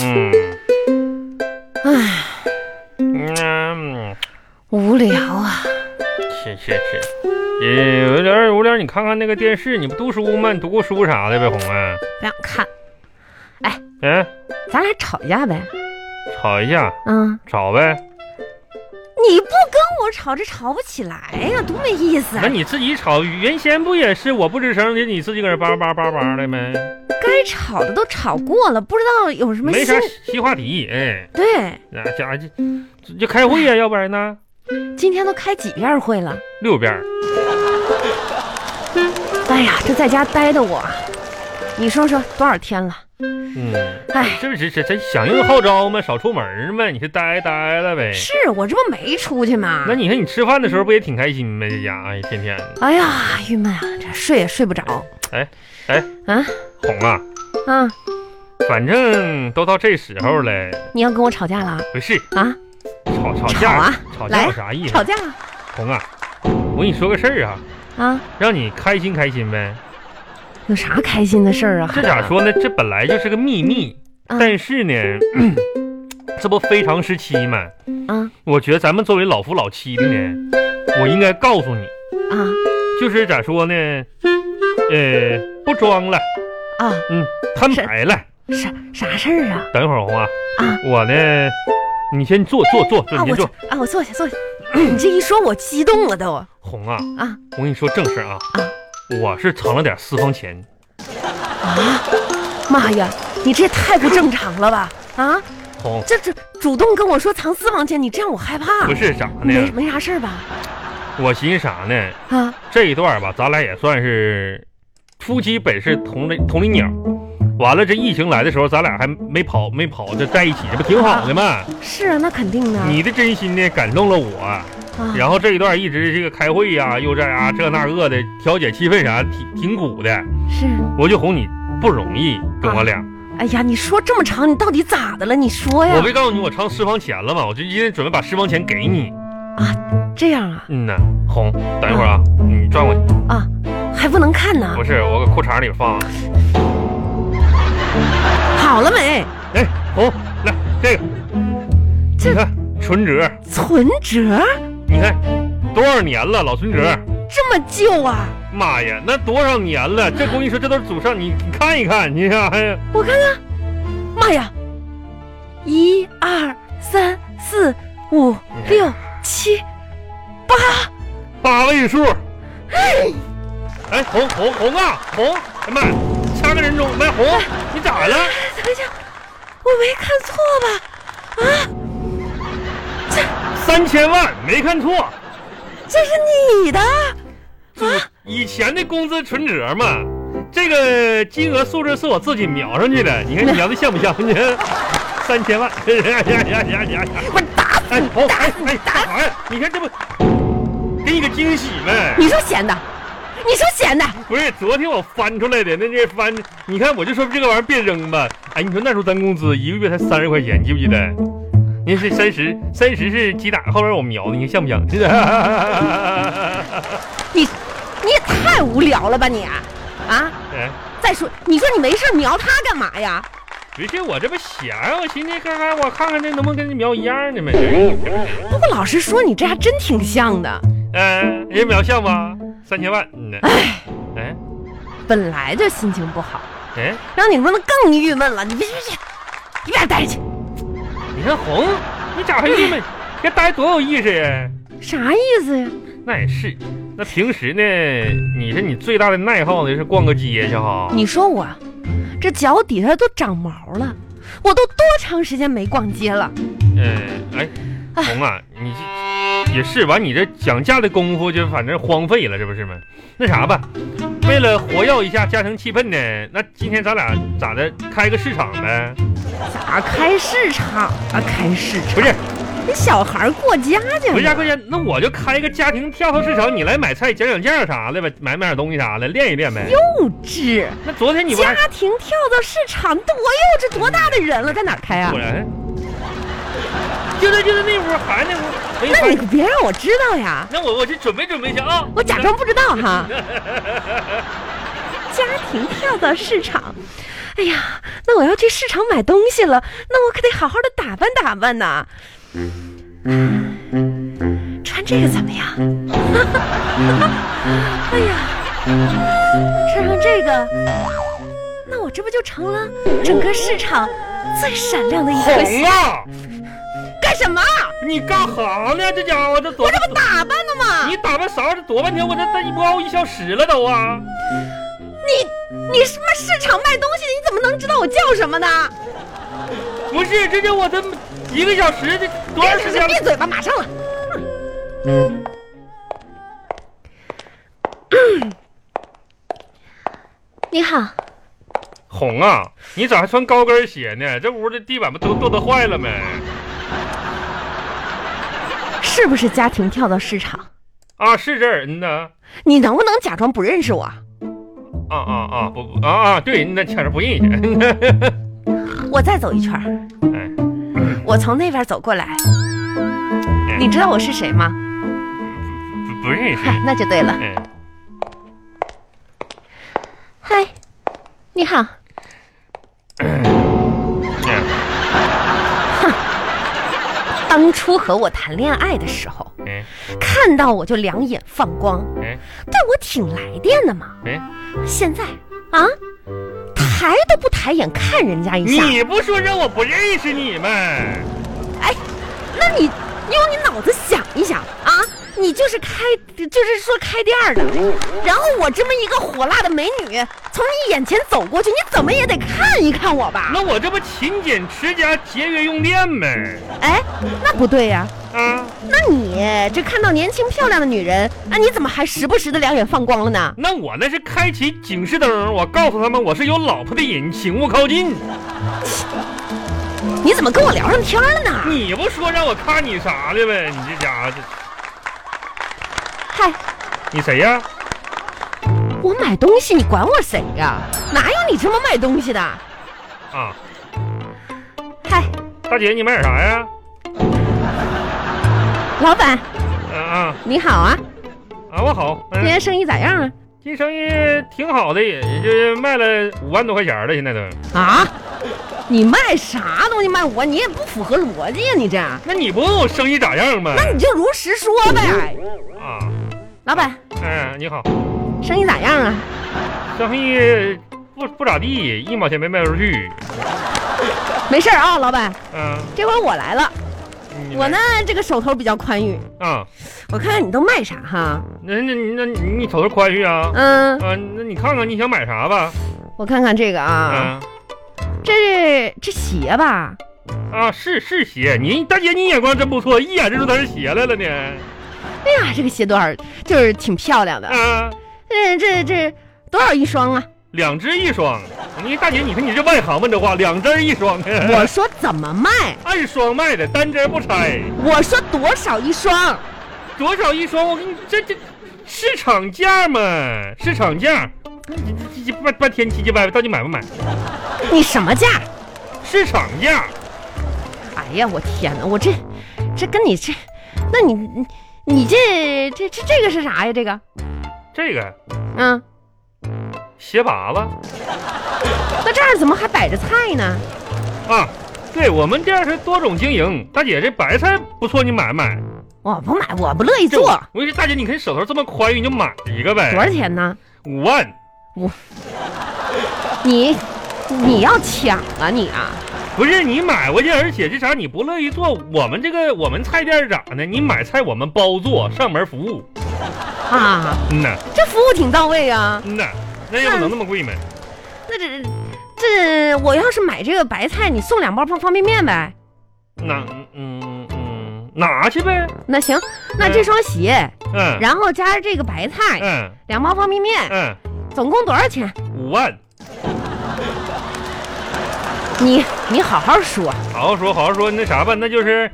嗯嗯是是是，呃，无聊无聊，你看看那个电视，你不读书吗？你读过书啥的呗，红啊？不想看，嗯，咱俩吵架呗。吵一下，嗯，吵呗。你不跟我吵，这吵不起来呀，多没意思那啊！你自己吵，原先不也是我不吱声，就你自己搁那叭叭叭叭的呗，该吵的都吵过了，不知道有什么没新啥新话题。哎，对。那家伙就就开会呀、要不然呢？今天都开几遍会了？六遍儿，哎呀，这在家待的我，你说说多少天了？嗯，哎，这不是这这响应号召吗？少出门儿吗？你是呆呆了呗？是我这不没出去吗？哎那你看你吃饭的时候不也挺开心呗？这家伙哎，天天的哎呀，郁闷啊，这睡也睡不着。哎哎啊红啊，啊！反正都到这时候了，你要跟我吵架了不是啊？吵吵吵架啊吵来架啊有啥意思吵？架红啊，我跟你说个事儿啊，啊？让你开心开心呗。有啥开心的事儿啊？这咋说呢？这本来就是个秘密，嗯但是呢， 这不非常时期嘛。嗯我觉得咱们作为老夫老妻的呢，我应该告诉你，啊就是咋说呢？呃，不装了，啊？摊牌了。啥啥事儿啊？等一会儿红啊，啊我呢，你先坐坐坐坐，啊你先我坐坐。啊我坐下坐下。 你这一说，我激动了都啊！红啊，啊我跟你说正事儿啊，我是藏了点私房钱。妈呀，你这也太不正常了吧？啊，红，这这主动跟我说藏私房钱，你这样我害怕。不是咋没呢？没啥事儿吧？我寻思啥呢？啊，这一段吧，咱俩也算是夫妻本是同林同林鸟。完了，这疫情来的时候，咱俩还没跑没跑，这在一起，这不挺好的吗？是啊，那肯定的。你的真心呢感动了我，啊然后这一段一直这个开会呀、又这啊这那个的调解气氛啥，挺挺鼓的。是，我就哄你不容易，跟我俩，哎呀，你说这么长，你到底咋的了？你说哎呀我。没告诉你我藏私房钱了吗？我就今天准备把私房钱给你。这样啊嗯呐，红，等一会儿啊，你转过去，啊，还不能看呢不。是我搁裤衩里放啊。好了没？哎，红，来这个，这你看存折，存折你看多少年了，老存折，这么旧啊？妈呀，那多少年了？这我跟你说，这都是祖上，你你看一看，你看，哎呀，我看看，妈呀，一二三四五六七，八位数。哎，红红红啊，红，哎妈，呀，掐个人中，哎红，你咋了？等一下，我没看错吧？三千万，没看错，这是你的？就是以前的工资存折嘛。这个金额数字是我自己瞄上去的，你看你瞄的像不像？你看 三千万，呀呀呀呀呀呀！我打死哎，你！红，哎哎，干啥呀？你看这不，给你个惊喜呗。你说闲的，你说闲的，不是，昨天我翻出来的，那这翻，你看我就说这个玩意儿别扔吧。哎，你说那时候咱工资一个月才三十块钱，你记不记得？那是三十，三十是鸡打，后边我瞄的，你看像不像？ 真的。你你也太无聊了吧你啊！啊哎，再说，你说你没事瞄他干嘛呀？不是我这不闲，啊我寻思看看，我看看这能不能跟你瞄一样的呗？不过老实说，你这还真挺像的。嗯、人家瞄像吗？三千万，嗯呢。哎本来就心情不好，哎，让你说那更郁闷了。你别别别，一边待着去，你看红，你咋还郁闷？这待多有意思呀！啥意思呀？那也是。那平时呢，你是你最大的爱好呢是逛个街去哈？你说我这脚底下都长毛了，我都多长时间没逛街了？嗯，哎，红啊，你这也是完，你这讲价的功夫就反正荒废了，这不是吗？那啥吧，为了活跃一下家庭气氛呢，那今天咱俩咋的开个市场呗？咋开市场啊？开市场？不是，你小孩儿过家去不是吗？家关键，那我就开个家庭跳蚤市场，你来买菜讲讲价啥的呗，买买点东西啥的，练一练呗。幼稚！那昨天你不还家庭跳蚤市场多幼稚，多大的人了，在哪儿开啊果？然，就在就在那屋，还那屋，没那你拍。可别让我知道呀，那我我去准备准备去啊！我假装不知道哈。家庭跳蚤市场，哎呀，那我要去市场买东西了，那我可得好好的打扮打扮呐。穿看这个怎么样？ 哎呀，穿上这个，那我这不就成了整个市场最闪亮的一颗星？红啊！干什么？你干哈呢？这家嗯伙这多我这不打扮呢吗？你打扮啥玩意儿？躲半天，我这这一包一小时了都啊！你你什么市场卖东西的？你怎么能知道我叫什么呢？不是，这就我这一个小时这多长别时别间哎闭了？嘴吧，马上了。你好，红啊！你咋还穿高跟鞋呢？这屋的地板不都跺得坏了没？是不是家庭跳蚤市场？啊，是这儿，嗯呐，你能不能假装不认识我？啊啊啊，不不啊啊，对，那确实不认识。我再走一圈儿，哎，我从那边走过来。你知道我是谁吗？不不认识。嗨，那就对了。哎，嗨，你好，哎当初和我谈恋爱的时候，哎看到我就两眼放光，哎对我挺来电的嘛。哎，现在啊，抬都不抬眼看人家一下，你不说让我不认识你吗？哎那你用你脑子想一想啊，你就是开，就是说开店儿的，然后我这么一个火辣的美女从你眼前走过去，你怎么也得看一看我吧？那我这不勤俭持家、节约用电呗？哎，那不对呀、啊，那你这看到年轻漂亮的女人啊，你怎么还时不时的两眼放光了呢？那我那是开启警示灯，我告诉他们我是有老婆的人，请勿靠近。你怎么跟我聊上天了呢？你不说让我看你啥的呗？你这家伙这，嗨，你谁呀？我买东西，你管我谁呀、哪有你这么卖东西的？啊，嗨，大姐，你买点啥呀？老板啊啊你好啊，啊！我好，今嗯，天生意咋样这生意挺好的，也就是卖了五万多块钱了，现在都。啊？啊，你卖啥东西卖我？你也不符合逻辑呀、啊你这，那你不问我生意咋样吗？那你就如实说呗。啊，老板，嗯，你好，生意咋样啊？生意不不咋地，一毛钱没卖出去。没事儿啊，老板，嗯，这会儿我来了，你我呢这个手头比较宽裕，啊，我看看你都卖啥哈？那那那你你瞅着宽裕啊？嗯，啊，那你看看你想买啥吧？我看看这个啊，啊这这鞋吧，啊，是是鞋，你大姐你眼光真不错，一眼认出它是鞋来了呢。哎呀，这个鞋多少就是挺漂亮的，啊，这这这多少一双啊？两只一双，你大姐你看你这外行问这话，两只一双，我说怎么卖？按双卖的，单只不拆，我说多少一双？多少一双？我跟你这这市场价嘛，市场价，这这这半半天唧唧歪歪，到底买不买？你什么价？市场价，哎呀，我天哪，我这这跟你这，那你你你这这这这个是啥呀？这个，这个嗯，鞋拔子。那这儿怎么还摆着菜呢？啊，对我们店儿是多种经营。大姐，这白菜不错，你买不买？我不买，我不乐意这做。我跟你说，大姐，你看手头这么宽裕，你就买一个多少呗。钱呢？五万，你你要抢啊你啊！不是你买回去，而且这啥你不乐意做，我们这个我们菜店儿咋呢？你买菜我们包做，上门服务。啊，嗯呐，这服务挺到位啊。嗯呐，那也不能那么贵嘛。那这这我要是买这个白菜，你送两包方方便面呗。那嗯嗯，拿去呗。那行，那这双鞋，嗯然后加上这个白菜，嗯两包方便面，嗯，总共多少钱？五万。你你好好说，好好说，好好说，那啥吧，那就是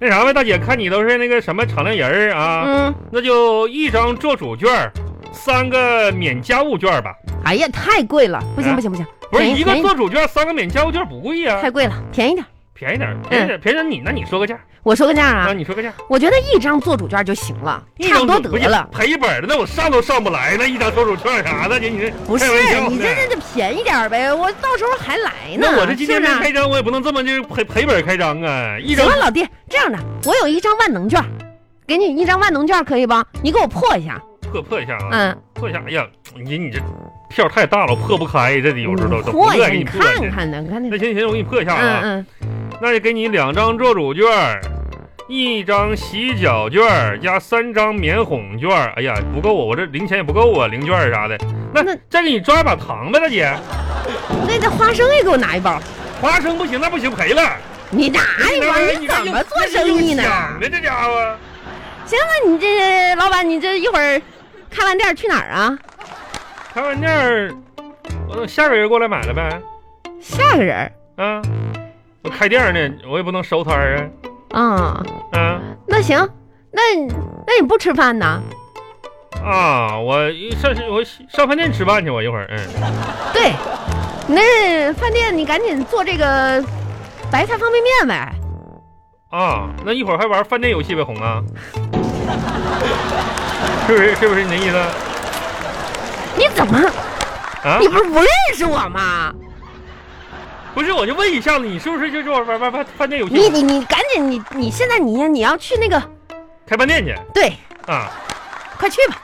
那啥呗，大姐，看你都是那个什么敞亮人儿啊。嗯，那就一张做主券儿，三个免家务券儿吧。哎呀，太贵了，不行不行不行，啊不是便宜一个哎便宜做主券儿，三个免家务券儿不贵呀、太贵了，便宜点。便宜点儿，便宜点儿，便宜点儿。你那你说个价我说个价啊？啊，你说个价，我觉得一张做主券就行了，一差张不多做不得行了。赔本儿的那我上都上不来那一张做主券儿啥的，姐你这不是啊开玩笑你这呢这这便宜点儿呗，我到时候还来呢。那我这今天没是不是开张，我也不能这么就赔赔本儿开张啊！一行张了，老弟，这样的，我有一张万能券，给你一张万能券可以吧？你给我破一下。破破一下啊，嗯，破一下。哎呀，你你这票太大了，破不开，这有时候都都嗯破不一下，愿意给你你破看这看呢，你看那那，行行，我给你破一下啊。嗯嗯，那就给你两张做主券儿，一张洗脚券儿加三张免哄券儿。哎呀，不够啊，我这零钱也不够啊，零券儿啥的。那那再给你抓把糖呗，大姐。那这花生也给我拿一包。花生不行，那不行，赔了。你哪有哎啊？你怎么做生意呢？呢，这家伙。行，那你这老板，你这一会儿开完店去哪儿啊？开完店儿，我等下个人过来买了呗。下个人儿，啊，我开店儿呢，我也不能收摊儿啊。啊、啊那行，那你那你不吃饭呢？啊，我上我上饭店吃饭去，我一会儿。嗯，对，你那饭店你赶紧做这个白菜方便面呗。啊，那一会儿还玩饭店游戏呗，红啊。 是不是？是不是你的意思？你怎么？啊你，不是不认识我吗？不是，我就问一下子，你是不是就是玩玩玩玩饭店游你戏，你你赶紧你你现在你呀你要去那个开饭店去对，啊？快去吧。